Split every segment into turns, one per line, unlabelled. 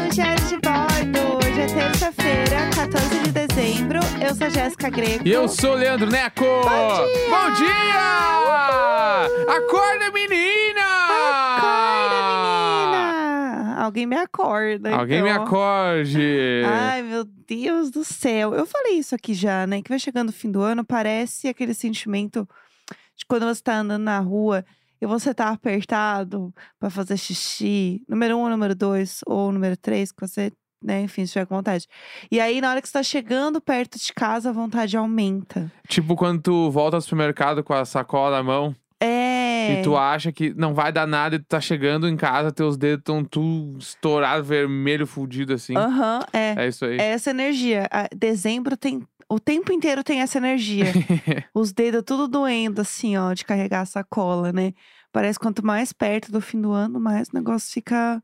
um quinta-feira, 14 é de dezembro. Eu sou a Jéssica Greco.
E eu sou o Leandro Neco! Bom
dia!
dia! Acorda, menina!
Acorda, menina! Alguém me acorda.
Alguém me
então. Ah.
acorde!
Ai, meu Deus do céu. Eu falei isso aqui já, né? Que vai chegando o fim do ano, parece aquele sentimento de quando você tá andando na rua e você tá apertado pra fazer xixi. Número um, número dois, ou número três, que você, né, enfim, estiver com vontade. E aí, na hora que você tá chegando perto de casa, a vontade aumenta.
Tipo quando tu volta ao supermercado com a sacola na mão
É.
e tu acha que não vai dar nada e tu tá chegando em casa, teus dedos estão tudo estourado, vermelho, fudido assim.
Aham, é.
É isso aí.
É essa energia. A- Dezembro tem. O tempo inteiro tem essa energia. Os dedos tudo doendo, assim, ó, de carregar a sacola, né? Parece que quanto mais perto do fim do ano, mais o negócio fica.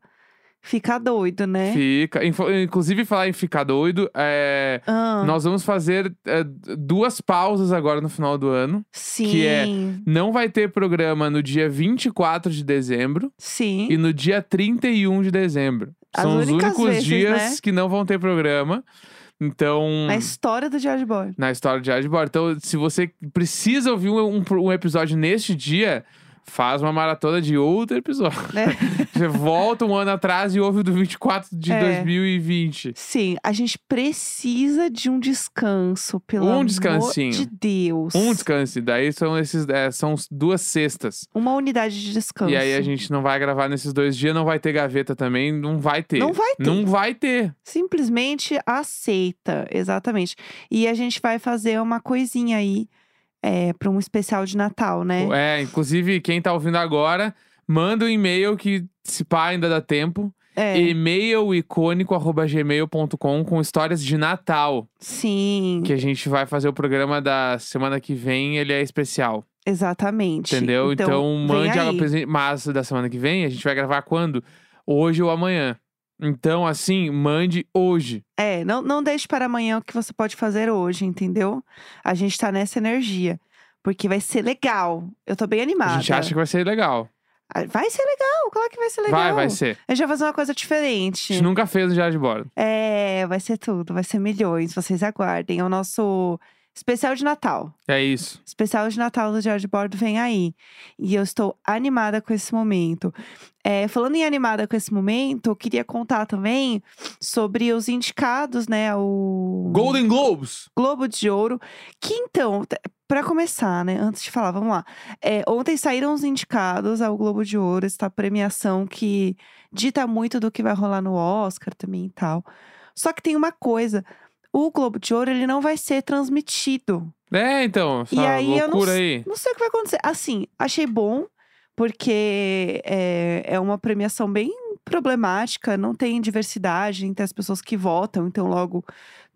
Fica doido, né?
Fica. Info- Inclusive, falar em ficar doido, é,
Ah,
nós vamos fazer é, duas pausas agora no final do ano.
sim.
é- Não vai ter programa no dia 24 de dezembro
Sim.
e no dia 31 de dezembro.
As
São os
únicas
únicos
vezes,
dias
né?
que não vão ter programa. Então,
A história do George Boy.
na história de Ad Bora. Então, se você precisa ouvir um, um- um episódio neste dia, faz uma maratona de outro episódio.
Né?
Você volta um ano atrás e ouve o do 24 de
É.
2020.
Sim, a gente precisa de um descanso, pelo
Um
amor
descansinho.
de Deus.
Um descanse. Daí são esses é, são duas sextas.
Uma unidade de descanso.
E aí a gente não vai gravar nesses dois dias, não vai ter gaveta também, não vai ter.
Não vai ter.
Não vai ter.
Simplesmente aceita, exatamente. E a gente vai fazer uma coisinha aí é, para um especial de Natal, né?
É, inclusive, quem tá ouvindo agora, manda um e-mail que se pá ainda dá tempo.
É,
E-mail icônico.gmail.com com histórias de Natal.
sim,
Que a gente vai fazer o programa da semana que vem, ele é especial.
exatamente.
Entendeu? Então,
vem
mande a
aí.
presente. Mas da semana que vem, a gente vai gravar quando? Hoje ou amanhã. Então, assim, mande hoje.
É, não, não deixe para amanhã o que você pode fazer hoje, entendeu? A gente tá nessa energia. Porque vai ser legal. Eu tô bem animada.
A gente acha que vai ser legal.
Ah, Vai ser legal, claro que vai ser legal.
Vai, vai ser.
A gente vai fazer uma coisa
A
diferente.
gente nunca fez um diário de bordo.
É, vai ser tudo, vai ser milhões. Vocês aguardem. É o nosso especial de Natal.
É isso.
Especial de Natal do Diário de Bordo vem aí. E eu estou animada com esse momento. É, falando em animada com esse momento, eu queria contar também sobre os indicados, né? O
Golden Globes!
Globo de Ouro. Que então, para começar, né? Antes de falar, vamos lá. É, ontem saíram os indicados ao Globo de Ouro, esta premiação que dita muito do que vai rolar no Oscar também e tal. Só que tem uma coisa. O Globo de Ouro, ele não vai ser transmitido.
É, então, essa
E aí eu não
loucura
sei-
aí.
Não sei o que vai acontecer. Assim, achei bom, porque é, é uma premiação bem problemática, não tem diversidade entre as pessoas que votam, então logo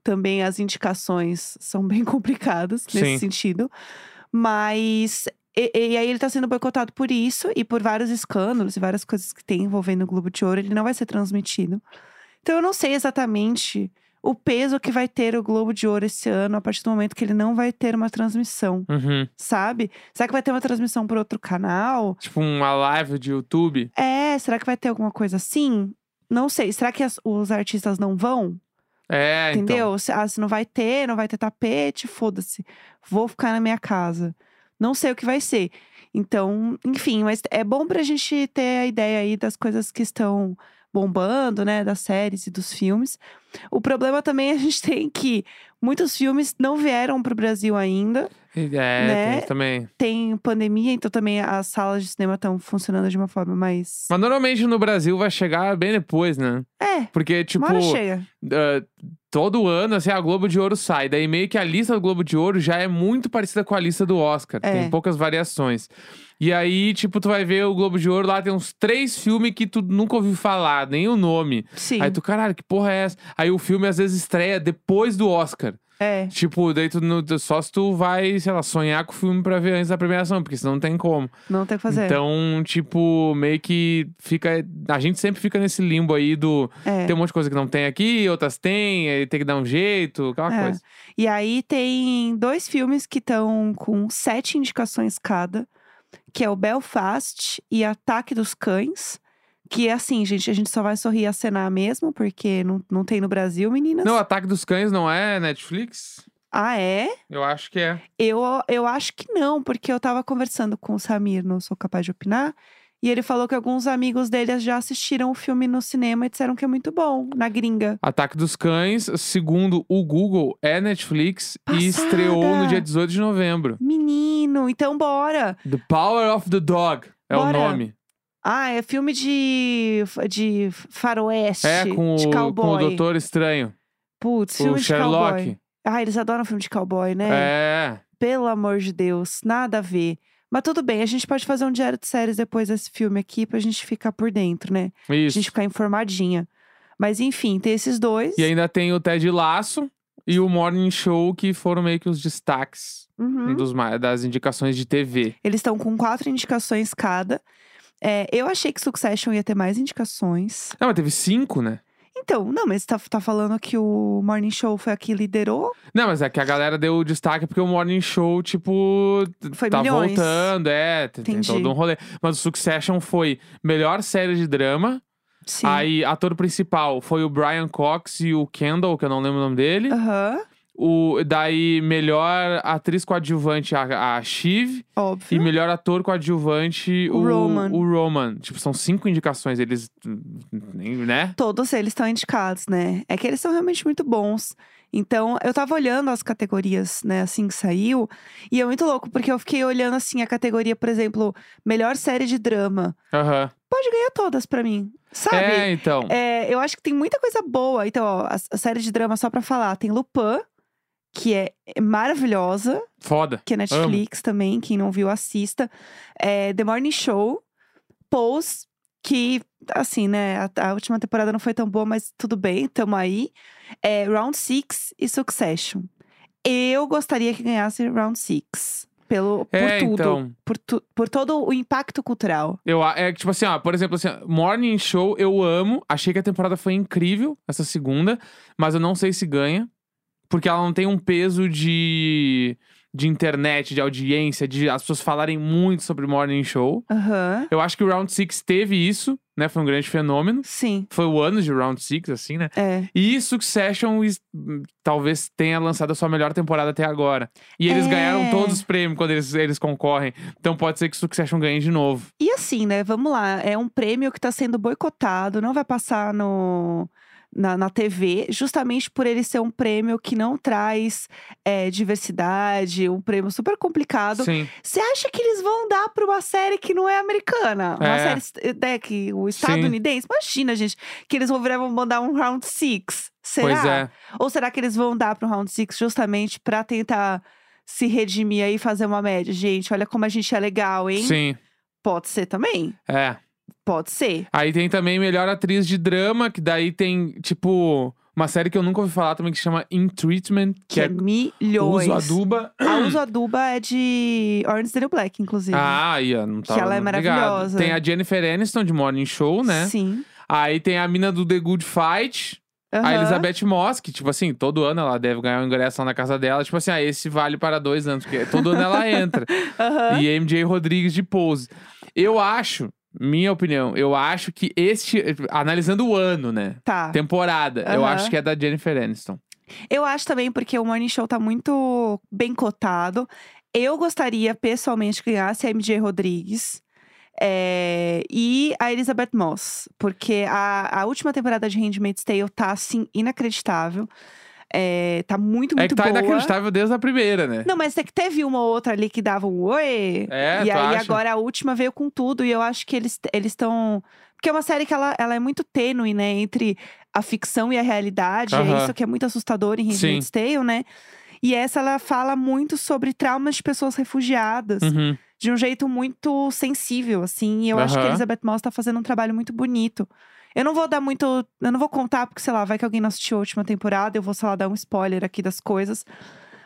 também as indicações são bem complicadas nesse
Sim.
sentido. Mas. E, e aí ele tá sendo boicotado por isso e por vários escândalos e várias coisas que tem envolvendo o Globo de Ouro, ele não vai ser transmitido. Então eu não sei exatamente o peso que vai ter o Globo de Ouro esse ano a partir do momento que ele não vai ter uma transmissão
Uhum.
sabe? Será que vai ter uma transmissão por outro canal?
Tipo, uma live de YouTube.
É, será que vai ter alguma coisa assim? Não sei. Será que as- os artistas não vão?
É, então.
Entendeu? Se, ah, se não vai ter, não vai ter tapete, foda-se. Vou ficar na minha casa. Não sei o que vai ser. Então, enfim, mas é bom pra gente ter a ideia aí das coisas que estão bombando, né? Das séries e dos filmes. O problema também é a gente tem que muitos filmes não vieram pro Brasil ainda.
É,
Né?
tem isso também.
tem pandemia, então também as salas de cinema estão funcionando de uma forma mais.
Mas normalmente no Brasil vai chegar bem depois, né?
É,
Porque, tipo,
uma hora chega.
ah, todo ano, assim, a Globo de Ouro sai. Daí meio que a lista do Globo de Ouro já é muito parecida com a lista do Oscar.
É.
Tem poucas variações. E aí, tipo, tu vai ver o Globo de Ouro lá, tem uns três filmes que tu nunca ouviu falar, nem o nome.
Sim.
Aí tu, caralho, que porra é essa? Aí o filme às vezes estreia depois do Oscar.
É.
Tipo, daí tu, não- tu- só se tu vai, sei lá, sonhar com o filme pra ver antes da premiação, porque senão não tem como.
Não tem o que fazer.
Então, tipo, meio que fica. A gente sempre fica nesse limbo aí do.
é.
Tem um monte de coisa que não tem aqui, outras tem, aí tem que dar um jeito, aquela
É.
coisa.
E aí tem dois filmes que estão com sete indicações cada, que é o Belfast e Ataque dos Cães, Que assim, gente, a gente só vai sorrir e acenar mesmo, porque não, não tem no Brasil, meninas.
Não, Ataque dos Cães não é Netflix?
Ah, é?
Eu acho que é.
Eu, eu acho que não, porque eu tava conversando com o Samir, não sou capaz de opinar. E ele falou que alguns amigos dele já assistiram o filme no cinema e disseram que é muito bom, na gringa.
Ataque dos Cães, segundo o Google, é Netflix e
Passada!
estreou no dia 18 de novembro.
Menino, então bora!
The Power of the Dog é
Bora.
o nome.
Ah, é filme de, de faroeste,
É com
de
o, com o
cowboy.
Doutor Estranho,
Putz, filme
o
de cowboy.
Sherlock.
Ah, eles adoram filme de cowboy, né?
É.
Pelo amor de Deus, nada a ver. Mas tudo bem, a gente pode fazer um diário de séries depois desse filme aqui pra gente ficar por dentro, né? A
É, isso.
gente ficar informadinha. Mas enfim, tem esses dois.
E ainda tem o Ted Laço e o Morning Show, que foram meio que os destaques um
Uhum.
dos ma- das indicações de TV.
Eles estão com quatro indicações cada. É, eu achei que Succession ia ter mais indicações.
Não, mas teve cinco, né?
Então, não, mas tá, tá falando que o Morning Show foi a que liderou?
Não, mas é que a galera deu o destaque porque o Morning Show, tipo, t-
Foi
tá
milhões.
voltando, é, t- tem
Entendi.
todo um rolê. Mas o Succession foi melhor série de drama.
Sim.
Aí, ator principal foi o Brian Cox e o Kendall, que eu não lembro o nome dele.
Aham,
O, daí, melhor atriz coadjuvante, a, a Shiv. E
óbvio.
melhor ator coadjuvante,
Hum? O Roman.
o Roman. Tipo, são cinco indicações, eles. nem- Né?
Todos eles estão indicados, né? É que eles são realmente muito bons. Então, eu tava olhando as categorias, né, assim que saiu. E é muito louco, porque eu fiquei olhando, assim, a categoria, por exemplo, melhor série de drama.
Aham.
Pode ganhar todas pra mim, sabe?
É, então.
É, eu acho que tem muita coisa boa. Então, ó, a, a série de drama, só pra falar, tem Lupin, que é maravilhosa,
Foda.
que é Netflix também, quem não viu, assista. É, The Morning Show, Pose, que, assim, né, a, a última temporada não foi tão boa, mas tudo bem, tamo aí. É, Round Six e Succession. Eu gostaria que ganhasse Round Six Pelo, por
É,
tudo.
então.
Por, tu- por todo o impacto cultural.
Eu, a- é que, tipo assim, ó, por exemplo, assim, ó, Morning Show eu amo. Achei que a temporada foi incrível, essa segunda, mas eu não sei se ganha. Porque ela não tem um peso de, de internet, de audiência, de as pessoas falarem muito sobre Morning Show.
Aham.
Eu acho que o Round Six teve isso, né? Foi um grande fenômeno.
Sim,
Foi o ano de Round Six assim, né?
é.
E Succession is- hum, talvez tenha lançado a sua melhor temporada até agora. E eles
É.
ganharam todos os prêmios quando eles, eles concorrem. Então pode ser que Succession ganhe de novo.
E assim, né? Vamos lá. É um prêmio que tá sendo boicotado, não vai passar no. Na, na TV, justamente por ele ser um prêmio que não traz é, diversidade, um prêmio super complicado.
Sim.
Você acha que eles vão dar pra uma série que não é americana? Uma
É.
série est- né, que o estadunidense? Imagina, gente, que eles vão virar e vão mandar um round six. Será?
Pois é.
Ou será que eles vão dar para um round six justamente pra tentar se redimir aí e fazer uma média? Gente, olha como a gente é legal, hein?
Sim.
Pode ser também.
É.
Pode ser.
Aí tem também melhor atriz de drama, que daí tem, tipo, uma série que eu nunca ouvi falar também que chama In Treatment,
Que,
que
é
é
milhões.
Uso Aduba.
A Uso Aduba é de Orange is the New Black, inclusive.
Ah, aí, ó, não
Que
tá
ela é maravilhosa.
Tem a Jennifer Aniston de Morning Show, né?
Sim.
Aí tem a mina do The Good Fight, a
Aham.
Elizabeth Moss, que, tipo assim, todo ano ela deve ganhar um ingresso lá na casa dela. Tipo assim, ah, esse vale para dois anos, porque todo ano ela entra.
Aham.
E MJ Rodrigues de pose. Eu acho, minha opinião, eu acho que este. Analisando o ano, né?
Tá.
temporada. Eu
Aham.
acho que é da Jennifer Aniston.
Eu acho também, porque o Morning Show tá muito bem cotado. Eu gostaria, pessoalmente, que ganhasse a MJ Rodrigues. é, e a Elizabeth Moss. Porque a, a última temporada de Handmaid's Tale tá, assim, inacreditável. É, tá muito, muito
é que tá
boa.
inacreditável desde a primeira, né?
Não, mas é que teve uma ou outra ali que dava um oi.
É,
e aí
tu acha?
agora a última veio com tudo. E eu acho que eles eles estão. Porque é uma série que ela, ela é muito tênue, né? Entre a ficção e a realidade. É
Aham.
isso que é muito assustador em Handmaid's Tale, né? E essa ela fala muito sobre traumas de pessoas refugiadas.
Uhum.
De um jeito muito sensível, assim. E eu acho que a
Aham.
Elizabeth Moss tá fazendo um trabalho muito bonito. Eu não vou dar muito. Eu não vou contar, porque, sei lá, vai que alguém não assistiu a última temporada, eu vou, sei lá, dar um spoiler aqui das coisas.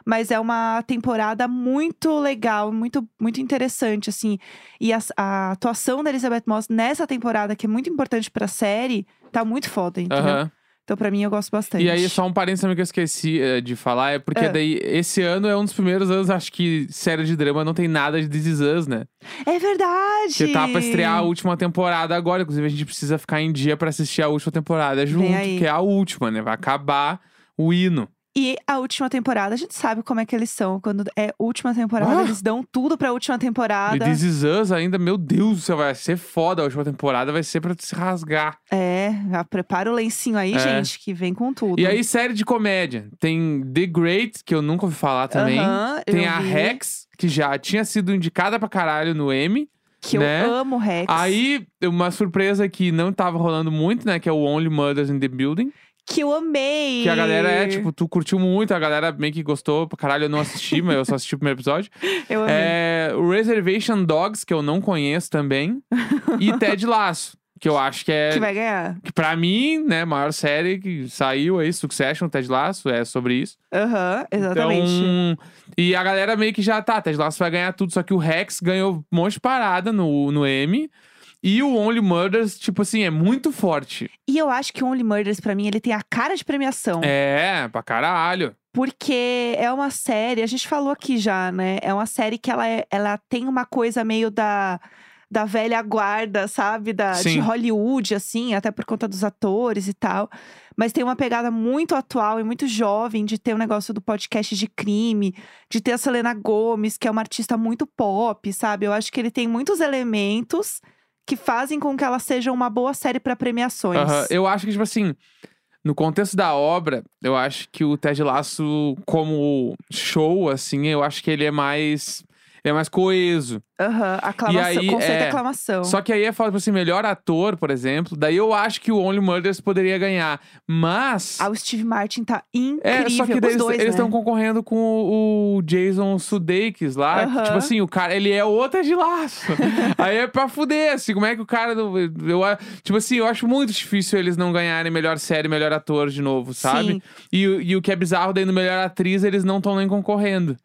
Mas é uma temporada muito legal, muito, muito interessante, assim. E as- a, atuação da Elizabeth Moss nessa temporada, que é muito importante pra série, tá muito foda, entendeu?
Aham.
Então, pra mim, eu gosto bastante.
E aí, só um parênteses também que eu esqueci eh, de falar, é porque
Ah.
daí, esse ano é um dos primeiros anos, acho que série de drama não tem nada de This Is Us, né?
É verdade!
Que tá pra estrear a última temporada agora, inclusive a gente precisa ficar em dia pra assistir a última temporada junto,
aí.
que é a última, né? Vai acabar o hino.
E a última temporada, a gente sabe como é que eles são. Quando é última temporada,
Ah!
eles dão tudo pra última
E
temporada.
This Is Us ainda, meu Deus do céu, vai ser foda a última temporada, vai ser pra se rasgar.
É, já prepara o lencinho aí,
É.
gente, que vem com tudo.
E aí, série de comédia. Tem The Great, que eu nunca ouvi falar também.
Aham, eu
Tem a
vi,
Rex, que já tinha sido indicada pra caralho no M.
Que
né?
eu amo Rex.
Aí, uma surpresa que não tava rolando muito, né? Que é o Only Mothers in the Building.
Que eu amei.
Que a galera é, tipo, tu curtiu muito, a galera meio que gostou pra caralho. Eu não assisti, mas eu só assisti o primeiro episódio.
Eu amei.
É, o Reservation Dogs, que eu não conheço também. e Ted Lasso, que eu acho que é.
Que vai ganhar.
que pra mim, né, a maior série que saiu aí, Succession, Ted Lasso, é sobre isso.
Aham, exatamente.
Então, e a galera meio que já tá, Ted Lasso vai ganhar tudo, só que o Rex ganhou um monte de parada no, no M. E o Only Murders, tipo assim, é muito forte.
E eu acho que Only Murders, pra mim, ele tem a cara de premiação.
É, pra caralho.
Porque é uma série, a gente falou aqui já, né? É uma série que ela, é- ela tem uma coisa meio da, da velha guarda, sabe? Da, de
Sim.
Hollywood, assim, até por conta dos atores e tal. Mas tem uma pegada muito atual e muito jovem de ter o negócio do podcast de crime, de ter a Selena Gomes, que é uma artista muito pop, sabe? Eu acho que ele tem muitos elementos que fazem com que ela seja uma boa série pra premiações.
Aham, Eu acho que, tipo assim, no contexto da obra, eu acho que o Ted Lasso, como show, assim, eu acho que ele é mais. ele é mais coeso.
Aham, aclamação,
E aí,
conceito
é,
aclamação.
Só que aí é foda, tipo assim, melhor ator, por exemplo. Daí eu acho que o Only Murders poderia ganhar. Mas.
Ah, o Steve Martin tá incrível.
É, só que daí
os
eles
dois,
estão
né?
concorrendo com o, o Jason Sudeikis lá. que,
Aham.
tipo assim, o cara, ele é outra de laço. Aí é pra fuder, assim, como é que o cara... do- eu a- tipo assim, eu acho muito difícil eles não ganharem melhor série, melhor ator de novo, sabe?
Sim.
E, o- e o que é bizarro, daí no melhor atriz eles não estão nem concorrendo.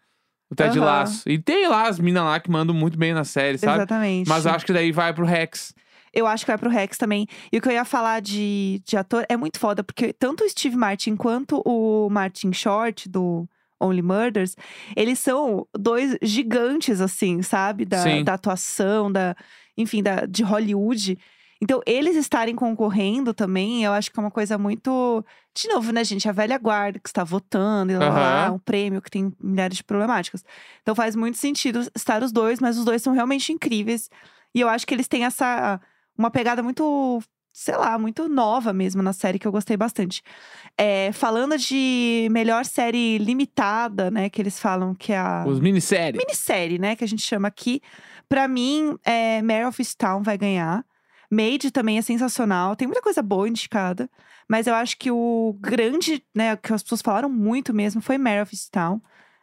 O Ted
Aham.
Lasso. E tem lá as minas lá que mandam muito bem na série, sabe?
Exatamente.
Mas acho que daí vai pro Rex.
Eu acho que vai pro Rex também. E o que eu ia falar de, de ator é muito foda, porque tanto o Steve Martin quanto o Martin Short, do Only Murders, eles são dois gigantes, assim, sabe? Da,
Sim.
da atuação, da, enfim, da, de Hollywood. Então, eles estarem concorrendo também, eu acho que é uma coisa muito. De novo, né, gente? A velha guarda que está votando, e lá, lá,
Aham.
um prêmio que tem milhares de problemáticas. Então, faz muito sentido estar os dois, mas os dois são realmente incríveis. E eu acho que eles têm essa. Uma pegada muito. Sei lá, muito nova mesmo na série, que eu gostei bastante. É, falando de melhor série limitada, né? Que eles falam que é a
Os minisséries.
minissérie, né, que a gente chama aqui. Pra mim, é, Mare of Easttown vai ganhar. Made também é sensacional, tem muita coisa boa indicada, mas eu acho que o grande, né, que as pessoas falaram muito mesmo foi Mare of Easttown,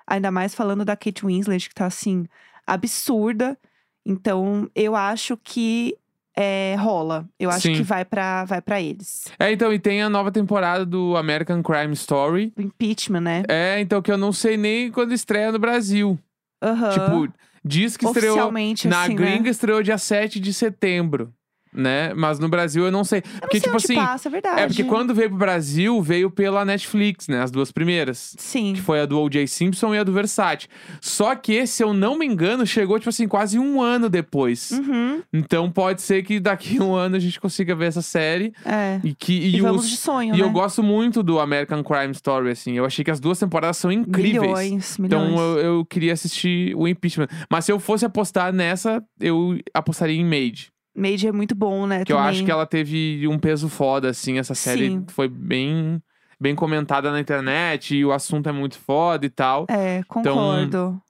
ainda mais falando da Kate Winslet, que tá assim absurda. Então, eu acho que é, rola. Eu acho
Sim.
que vai pra vai para eles.
É, então, e tem a nova temporada do American Crime Story.
O impeachment, né?
É, então, que eu não sei nem quando estreia no Brasil.
Aham.
Tipo, diz que estreou.
oficialmente
Na
assim,
gringa
né?
estreou dia 7 de setembro, né? Mas no Brasil eu não sei.
Eu não
porque,
sei
tipo
onde
assim.
passa, é verdade.
É, porque quando veio pro Brasil, veio pela Netflix, né? As duas primeiras.
Sim.
Que foi a do O.J. Simpson e a do Versace. Só que, se eu não me engano, chegou, tipo assim, quase um ano depois.
Uhum.
Então pode ser que daqui a um ano a gente consiga ver essa série.
É.
E que. E,
E, vamos
os-
de sonho,
e
né?
eu gosto muito do American Crime Story, assim. Eu achei que as duas temporadas são incríveis.
Milhões, milhões.
Então eu, eu queria assistir o impeachment. Mas se eu fosse apostar nessa, eu apostaria em Made.
Made é muito bom, né?
Que eu
também.
acho que ela teve um peso foda, assim. Essa série
Sim.
foi bem, bem comentada na internet e o assunto é muito foda e tal.
É,
Então,
concordo.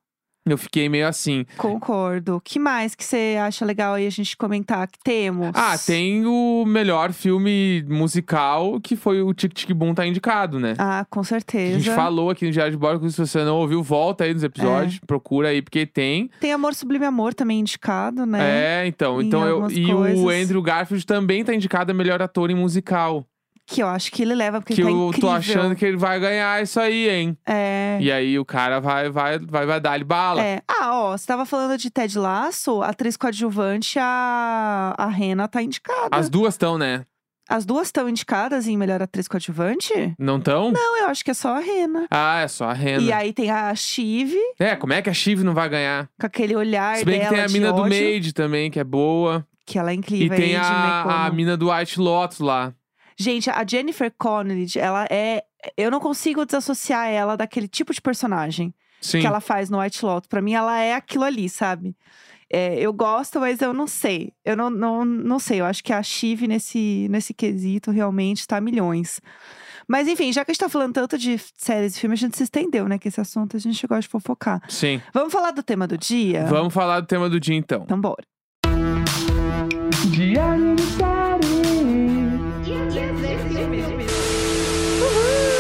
Eu fiquei meio assim.
Concordo. que mais que você acha legal aí a gente comentar que temos?
Ah, tem o melhor filme musical que foi o Tic Tic Boom tá indicado, né?
Ah, com
Que
certeza.
a gente falou aqui no Diário de Bordo, se você não ouviu, volta aí nos episódios,
É.
procura aí, porque tem.
Tem Amor Sublime Amor também indicado, né?
É, então.
Em
então eu,
algumas
e o
coisas.
Andrew Garfield também tá indicado a melhor ator em musical.
Que eu acho que ele leva, porque
que
ele tá
eu
incrível.
tô achando que ele vai ganhar isso aí, hein?
É.
E aí o cara vai, vai, vai, vai dar-lhe bala.
É. Ah, ó, você tava falando de Ted Lasso, a atriz coadjuvante, a, a Rena tá indicada.
As duas estão, né?
As duas estão indicadas em melhor atriz coadjuvante?
Não tão?
Não, eu acho que é só a Rena.
Ah, é só a Rena.
E aí tem a Chive,
É, como é que a Chive não vai ganhar?
com aquele olhar
Se bem
dela
que tem a
de
mina do
ódio,
Made também, que é boa.
que ela é
E
incrível. a
tem
Andy
a, a
McConnell.
mina do White Lotus lá.
Gente, a Jennifer Connelly, ela é... Eu não consigo desassociar ela daquele tipo de personagem.
Sim.
que ela faz no White Lotus. Pra mim, ela é aquilo ali, sabe? É, eu gosto, mas eu não sei. Eu não, não, não sei. Eu acho que a Chive nesse, nesse quesito realmente tá milhões. Mas enfim, já que a gente tá falando tanto de f- séries e filmes, a gente se estendeu, né? Que esse assunto a gente gosta de fofocar.
Sim.
Vamos falar do tema do dia?
Vamos falar do tema do dia então.
Então, bora.
Diário de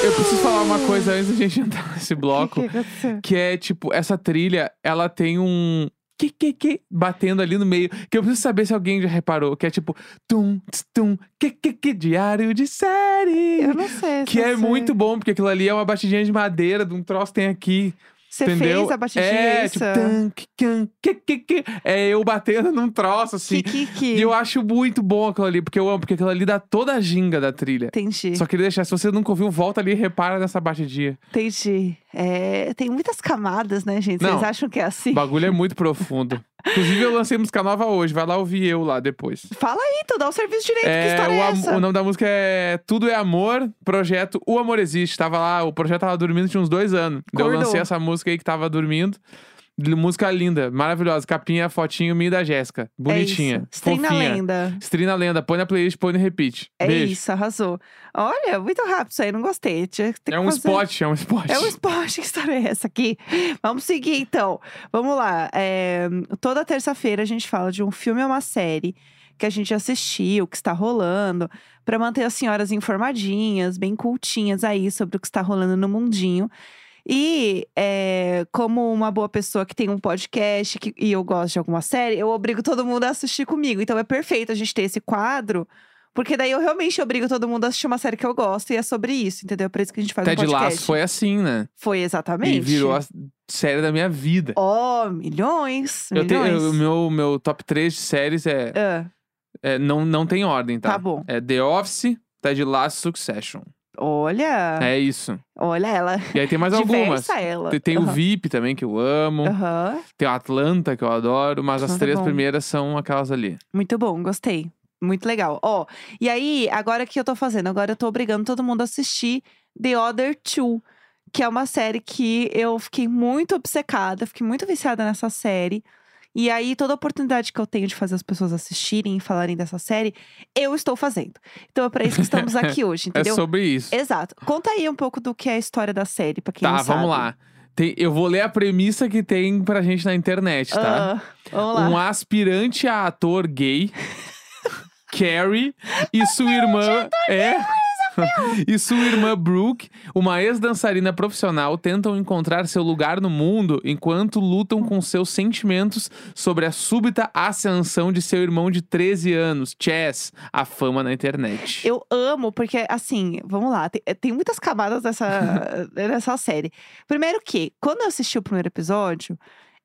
Eu preciso falar uma coisa antes da gente entrar nesse bloco.
O que que aconteceu?
Que é tipo, essa trilha, ela tem um. Que, que, que, batendo ali no meio. Que eu preciso saber se alguém já reparou. Que é tipo. Tum, tss, tum, que, que, que, diário de série.
Eu assim. não sei.
Que
não
é
sei.
muito bom, porque aquilo ali é uma batidinha de madeira, de um troço tem aqui.
Você
entendeu?
fez a batidinha
é,
isso?
tipo. Tum, que, can, que, que, que. É eu batendo num troço, assim.
que, que, que.
E eu acho muito bom aquilo ali, porque eu amo, porque aquilo ali dá toda a ginga da trilha.
Entendi.
Só queria deixar, se você nunca ouviu, volta ali e repara nessa batidinha.
Entendi. É, tem muitas camadas, né, gente? Vocês
Não.
acham que é assim?
O bagulho é muito profundo. Inclusive, eu lancei música nova hoje, vai lá ouvir eu lá depois.
Fala aí, tu dá o serviço direito. que
É,
história
o,
é
am-
essa?
o nome da música é Tudo é Amor, projeto O Amor Existe. Tava lá, o projeto tava dormindo tinha uns dois anos. Daí Eu
Acordou.
lancei essa música aí que tava dormindo. L- Música linda, maravilhosa. Capinha, fotinho, minha e da Jéssica.
É
Bonitinha.
isso. Tem na
fofinha.
lenda.
Stream na lenda, põe na playlist, põe no repeat.
É
Beijo.
isso, arrasou. Olha, muito rápido isso aí, não gostei. Tinha que ter
É
que
um
fazer-
spot, é um spot.
É um esporte, que história é essa aqui? Vamos seguir então. Vamos lá. É, toda terça-feira a gente fala de um filme ou uma série que a gente assistiu, que está rolando, para manter as senhoras informadinhas, bem cultinhas aí sobre o que está rolando no mundinho. E é, como uma boa pessoa que tem um podcast que- e eu gosto de alguma série, eu obrigo todo mundo a assistir comigo. Então é perfeito a gente ter esse quadro. Porque daí eu realmente obrigo todo mundo a assistir uma série que eu gosto e é sobre isso, entendeu? É por isso que a gente faz um
Ted
podcast.
Lasso foi assim, né?
Foi exatamente.
E virou a série da minha vida.
Oh, milhões,
eu tenho,
milhões.
eu- o meu, meu top 3 de séries é,
Ah,
é- não, não tem ordem, tá?
Tá bom.
É The Office, Ted Lasso, Succession.
olha,
É isso.
olha ela.
E aí tem mais algumas.
Diversa ela.
Tem, tem o
Aham.
VIP também, que eu amo.
Aham.
Tem o Atlanta, que eu adoro. Mas as
Atlanta é
três
bom.
primeiras são aquelas ali.
Muito bom, gostei. Muito legal. Ó, e aí, agora o que eu tô fazendo? Agora eu tô obrigando todo mundo a assistir The Other Two, que é uma série que eu fiquei muito obcecada, fiquei muito viciada nessa série. E aí, toda oportunidade que eu tenho de fazer as pessoas assistirem e falarem dessa série, eu estou fazendo. Então é pra isso que estamos aqui hoje, entendeu?
É sobre isso.
Exato. Conta aí um pouco do que é a história da série, pra quem
tá,
não
vamos
sabe.
lá. Tem- eu vou ler a premissa que tem pra gente na internet,
Ah,
tá?
vamos lá.
Um aspirante a ator gay, Carrie, e sua irmã. É. E sua irmã Brooke, uma ex-dançarina profissional, tentam encontrar seu lugar no mundo enquanto lutam com seus sentimentos sobre a súbita ascensão de seu irmão de 13 anos, Chess, a fama na internet.
Eu amo, porque assim, vamos lá, tem, tem muitas camadas dessa, dessa série. Primeiro que, quando eu assisti o primeiro episódio,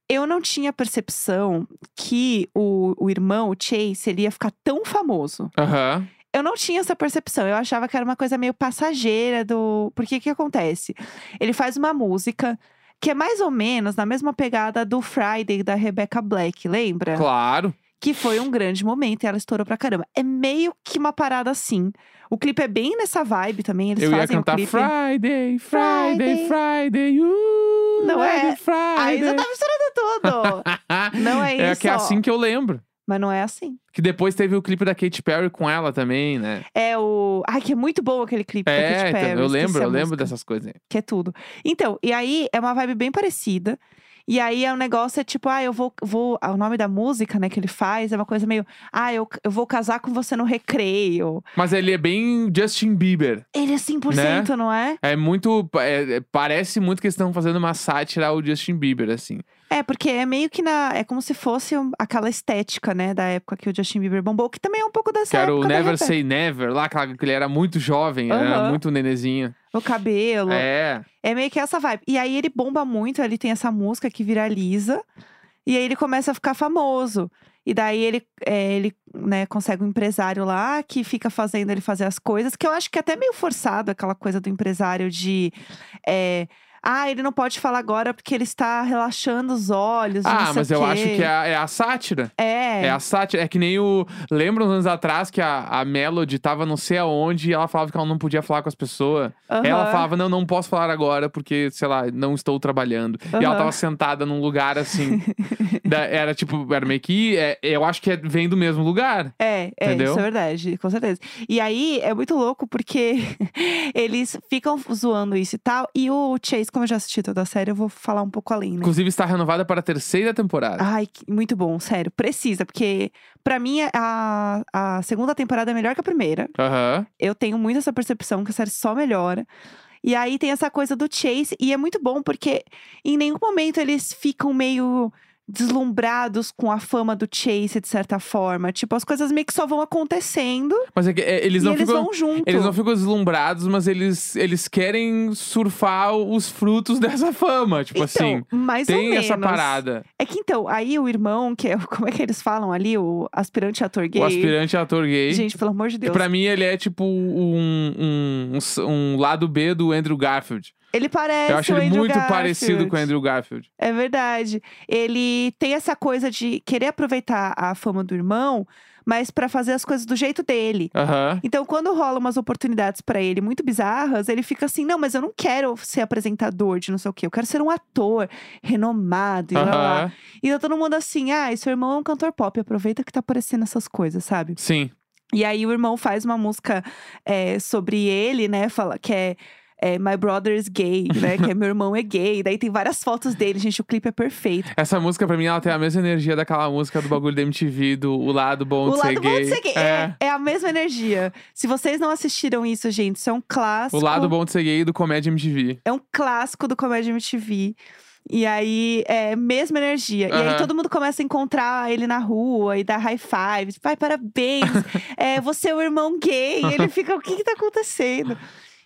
eu não tinha percepção que o, o irmão, o Chase, ele ia ficar tão famoso.
Aham.
Eu não tinha essa percepção, eu achava que era uma coisa meio passageira do... Porque o que acontece? Ele faz uma música que é mais ou menos na mesma pegada do Friday, da Rebecca Black, lembra?
Claro.
que foi um grande momento e ela estourou pra caramba. É meio que uma parada assim. O clipe é bem nessa vibe também, eles
eu ia
fazem o
cantar
clipe. Ah,
Friday, Friday, Friday, uh,
Não é?
Friday,
Aí
Friday.
você tá misturando tudo. Não é
é
isso,
que é
ó.
assim que eu lembro.
Mas não é assim.
Que depois teve o clipe da Katy Perry com ela também, né?
É o. Ai, que é muito bom aquele clipe da
é,
Katy
então,
Perry.
eu
esqueci
lembro,
a
eu lembro
música,
dessas coisas. aí.
Que é tudo. Então, e aí é uma vibe bem parecida. E aí é um negócio, é tipo, ah, eu vou. vou... ah, O nome da música, né, que ele faz é uma coisa meio. Ah, eu, eu vou casar com você no recreio.
Mas ele é bem Justin Bieber.
Ele é 100%, não é?
É muito. é- é- parece muito que eles estão fazendo uma sátira ao Justin Bieber, assim.
É, porque é meio que na. É como se fosse um- aquela estética, né? Da época que o Justin Bieber bombou, que também é um pouco dessa
que era o
época. da
Never
Rebeca.
Say Never, lá, aquela que ele era muito jovem, era
Aham.
muito nenezinho.
O cabelo. É.
É.
meio que essa vibe. E aí ele bomba muito, ele tem essa música que viraliza. E aí ele começa a ficar famoso. E E daí ele, é, ele né, consegue um empresário lá que fica fazendo ele fazer as coisas, que eu acho que é até meio forçado aquela coisa do empresário de. é, ah, ele não pode falar agora porque ele está relaxando os olhos. não
Ah,
sei
mas
o
eu
quê.
acho que é a, é a sátira.
É,
É. a sátira. É que nem o. Lembra uns anos atrás que a, a Melody tava não sei aonde e ela falava que ela não podia falar com as pessoas. Ela
aham.
falava, não, não posso falar agora porque, sei lá, não estou trabalhando. E ela
Aham.
tava sentada num lugar assim. Da- era tipo, era meio que. é- eu acho que é- vem do mesmo lugar.
É, é,
Entendeu?
isso é verdade, com certeza. E aí é muito louco porque eles ficam zoando isso e tal. E o Chase, como eu já assisti toda a série, eu vou falar um pouco além, né?
Inclusive, está renovada para a terceira temporada.
Ai, que- muito bom, sério. Precisa, porque pra mim a, a segunda temporada é melhor que a primeira.
Aham.
Eu tenho muito essa percepção que a série só melhora. E aí tem essa coisa do Chase, e é muito bom porque em nenhum momento eles ficam meio deslumbrados com a fama do Chase, de certa forma. Tipo, as coisas meio que só vão acontecendo
Mas é que, é, eles
e
não
eles
ficam.
vão junto.
Eles não ficam deslumbrados, mas eles, eles querem surfar os frutos dessa fama. Tipo
então,
assim,
mais ou
tem
menos.
essa parada.
É que então, aí o irmão, que é, o- como é que eles falam ali? O aspirante ator gay.
O aspirante ator gay.
Gente, pelo amor de
que
Deus.
pra mim ele é tipo um, um, um s- um lado B do Andrew Garfield.
Ele parece
Eu acho
o
ele
Andrew
muito
Garfield.
parecido com o Andrew Garfield.
É verdade. Ele tem essa coisa de querer aproveitar a fama do irmão, mas pra fazer as coisas do jeito dele.
Aham.
Então, quando rolam umas oportunidades pra ele muito bizarras, ele fica assim: não, mas eu não quero ser apresentador de não sei o quê, eu quero ser um ator renomado e lá, lá.
Aham.
E tá todo mundo assim, ah, e seu irmão é um cantor pop, aproveita que tá aparecendo essas coisas, sabe?
Sim.
E aí o irmão faz uma música é, sobre ele, né? Fala que é. é, My brother is gay, né? Que é meu irmão é gay. Daí tem várias fotos dele, gente. O clipe é perfeito.
Essa música, pra mim, ela tem a mesma energia daquela música do bagulho da MTV, do O Lado Bom
o
de
lado
Ser
bom
Gay.
de ser gay é. é a mesma energia. Se vocês não assistiram isso, gente, isso é um clássico.
O Lado Bom de Ser Gay do Comédia MTV.
É um clássico do Comédia MTV. E aí, é mesma energia. E aí,
Aham.
todo mundo começa a encontrar ele na rua e dá high five. Tipo, ai, parabéns. é, você é o irmão gay. E ele fica, o que que tá acontecendo?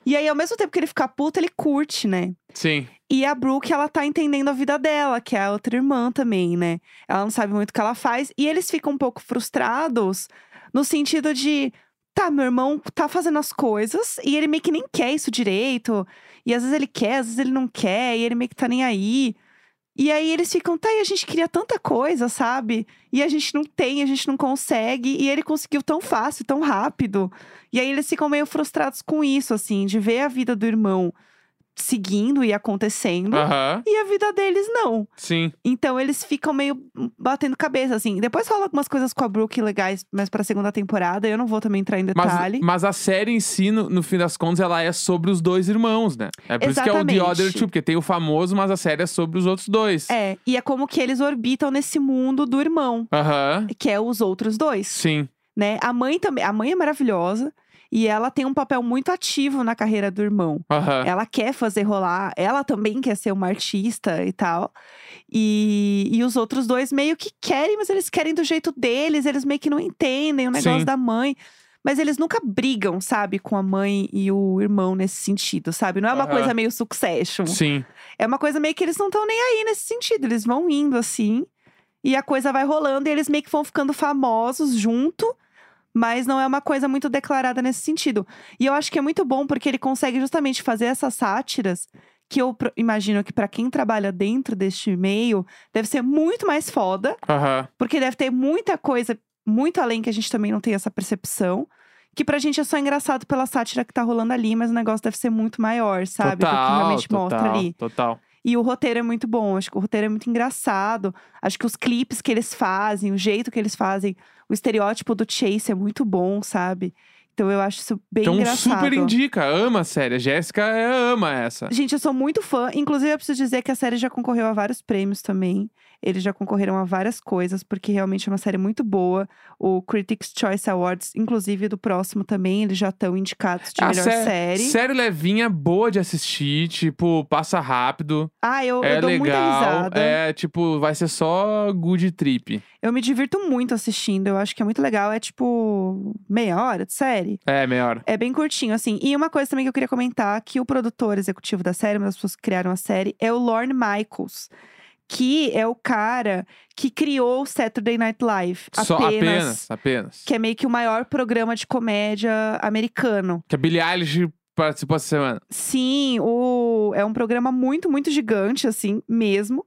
E aí, ao mesmo tempo que ele fica puto, ele curte, né?
Sim.
E a Brooke, ela tá entendendo a vida dela, que é a outra irmã também, né? Ela não sabe muito o que ela faz. E eles ficam um pouco frustrados no sentido de. Tá, meu irmão tá fazendo as coisas e ele meio que nem quer isso direito. E às vezes ele quer, às vezes ele não quer, e ele meio que tá nem aí. E aí eles ficam, tá, e a gente queria tanta coisa, sabe? E a gente não tem, a gente não consegue. E ele conseguiu tão fácil, tão rápido. E aí eles ficam meio frustrados com isso, assim, de ver a vida do irmão seguindo e acontecendo.
Aham.
E a vida deles não.
Sim.
Então eles ficam meio batendo cabeça, assim. Depois rola algumas coisas com a Brooke legais, mas pra segunda temporada. Eu não vou também entrar em detalhe.
Mas, mas a série em si, no, no fim das contas, ela é sobre os dois irmãos, né? É por isso que é o The Other
Exatamente.
Two, porque tem o famoso, mas a série é sobre os outros dois.
É, e é como que eles orbitam nesse mundo do irmão,
Aham.
que é os outros dois,
Sim.
né? A mãe também, a mãe é maravilhosa e ela tem um papel muito ativo na carreira do irmão.
Aham.
Ela quer fazer rolar, ela também quer ser uma artista e tal. E, e os outros dois meio que querem, mas eles querem do jeito deles, eles meio que não entendem o negócio
Sim.
da mãe. Mas eles nunca brigam, sabe, com a mãe e o irmão nesse sentido, sabe? Não é uma
Aham.
coisa meio succession.
Sim.
É uma coisa meio que eles não estão nem aí nesse sentido. Eles vão indo assim, e a coisa vai rolando, e eles meio que vão ficando famosos junto. Mas não é uma coisa muito declarada nesse sentido. E eu acho que é muito bom porque ele consegue justamente fazer essas sátiras que eu pro- imagino que pra quem trabalha dentro deste meio deve ser muito mais foda,
Aham.
porque deve ter muita coisa muito além que a gente também não tem essa percepção, que pra gente é só engraçado pela sátira que tá rolando ali, mas o negócio deve ser muito maior, sabe? do que
Total,
realmente
total,
mostra ali.
Total.
E o roteiro é muito bom, acho que o roteiro é muito engraçado. Acho que os clipes que eles fazem, o jeito que eles fazem, o estereótipo do Chase é muito bom, sabe? Então eu acho isso bem
então
engraçado.
super indica, ama a série. A Jéssica é- ama essa.
Gente, eu sou muito fã. Inclusive, eu preciso dizer que a série já concorreu a vários prêmios também. Eles já concorreram a várias coisas, porque realmente é uma série muito boa. O Critics' Choice Awards, inclusive do próximo também, eles já estão indicados de
A
melhor
sé-
série.
Série levinha, boa de assistir, tipo, passa rápido,
Ah, eu,
é
eu dou muita
legal.
risada.
É, tipo, vai ser só good trip.
Eu me divirto muito assistindo, eu acho que é muito legal. É tipo meia hora de série.
É, melhor.
É bem curtinho, assim. E uma coisa também que eu queria comentar: que o produtor executivo da série, uma das pessoas que criaram a série, é o Lorne Michaels. que é o cara que criou o Saturday Night Live.
Só apenas, apenas.
Que é meio que o maior programa de comédia americano.
Que a Billie Eilish participou essa semana.
Sim, o... é um programa muito, muito gigante, assim, mesmo.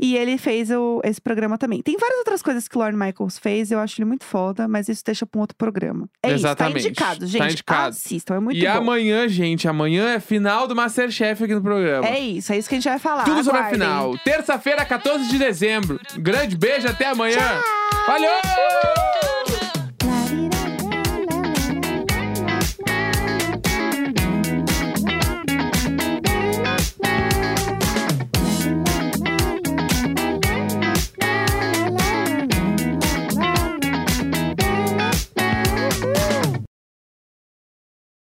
E ele fez o... esse programa também. Tem várias outras coisas que o Lorne Michaels fez, eu acho ele muito foda, mas isso deixa pra um outro programa. É
Exatamente.
isso, tá indicado, gente.
Tá indicado.
Assistam, é muito
e
bom.
amanhã, gente, amanhã é final do Masterchef aqui no programa.
É isso, é isso que a gente vai falar.
Tudo sobre a
aguardem.
final. Terça-feira, 14 de dezembro. Grande beijo, até amanhã. Valeu!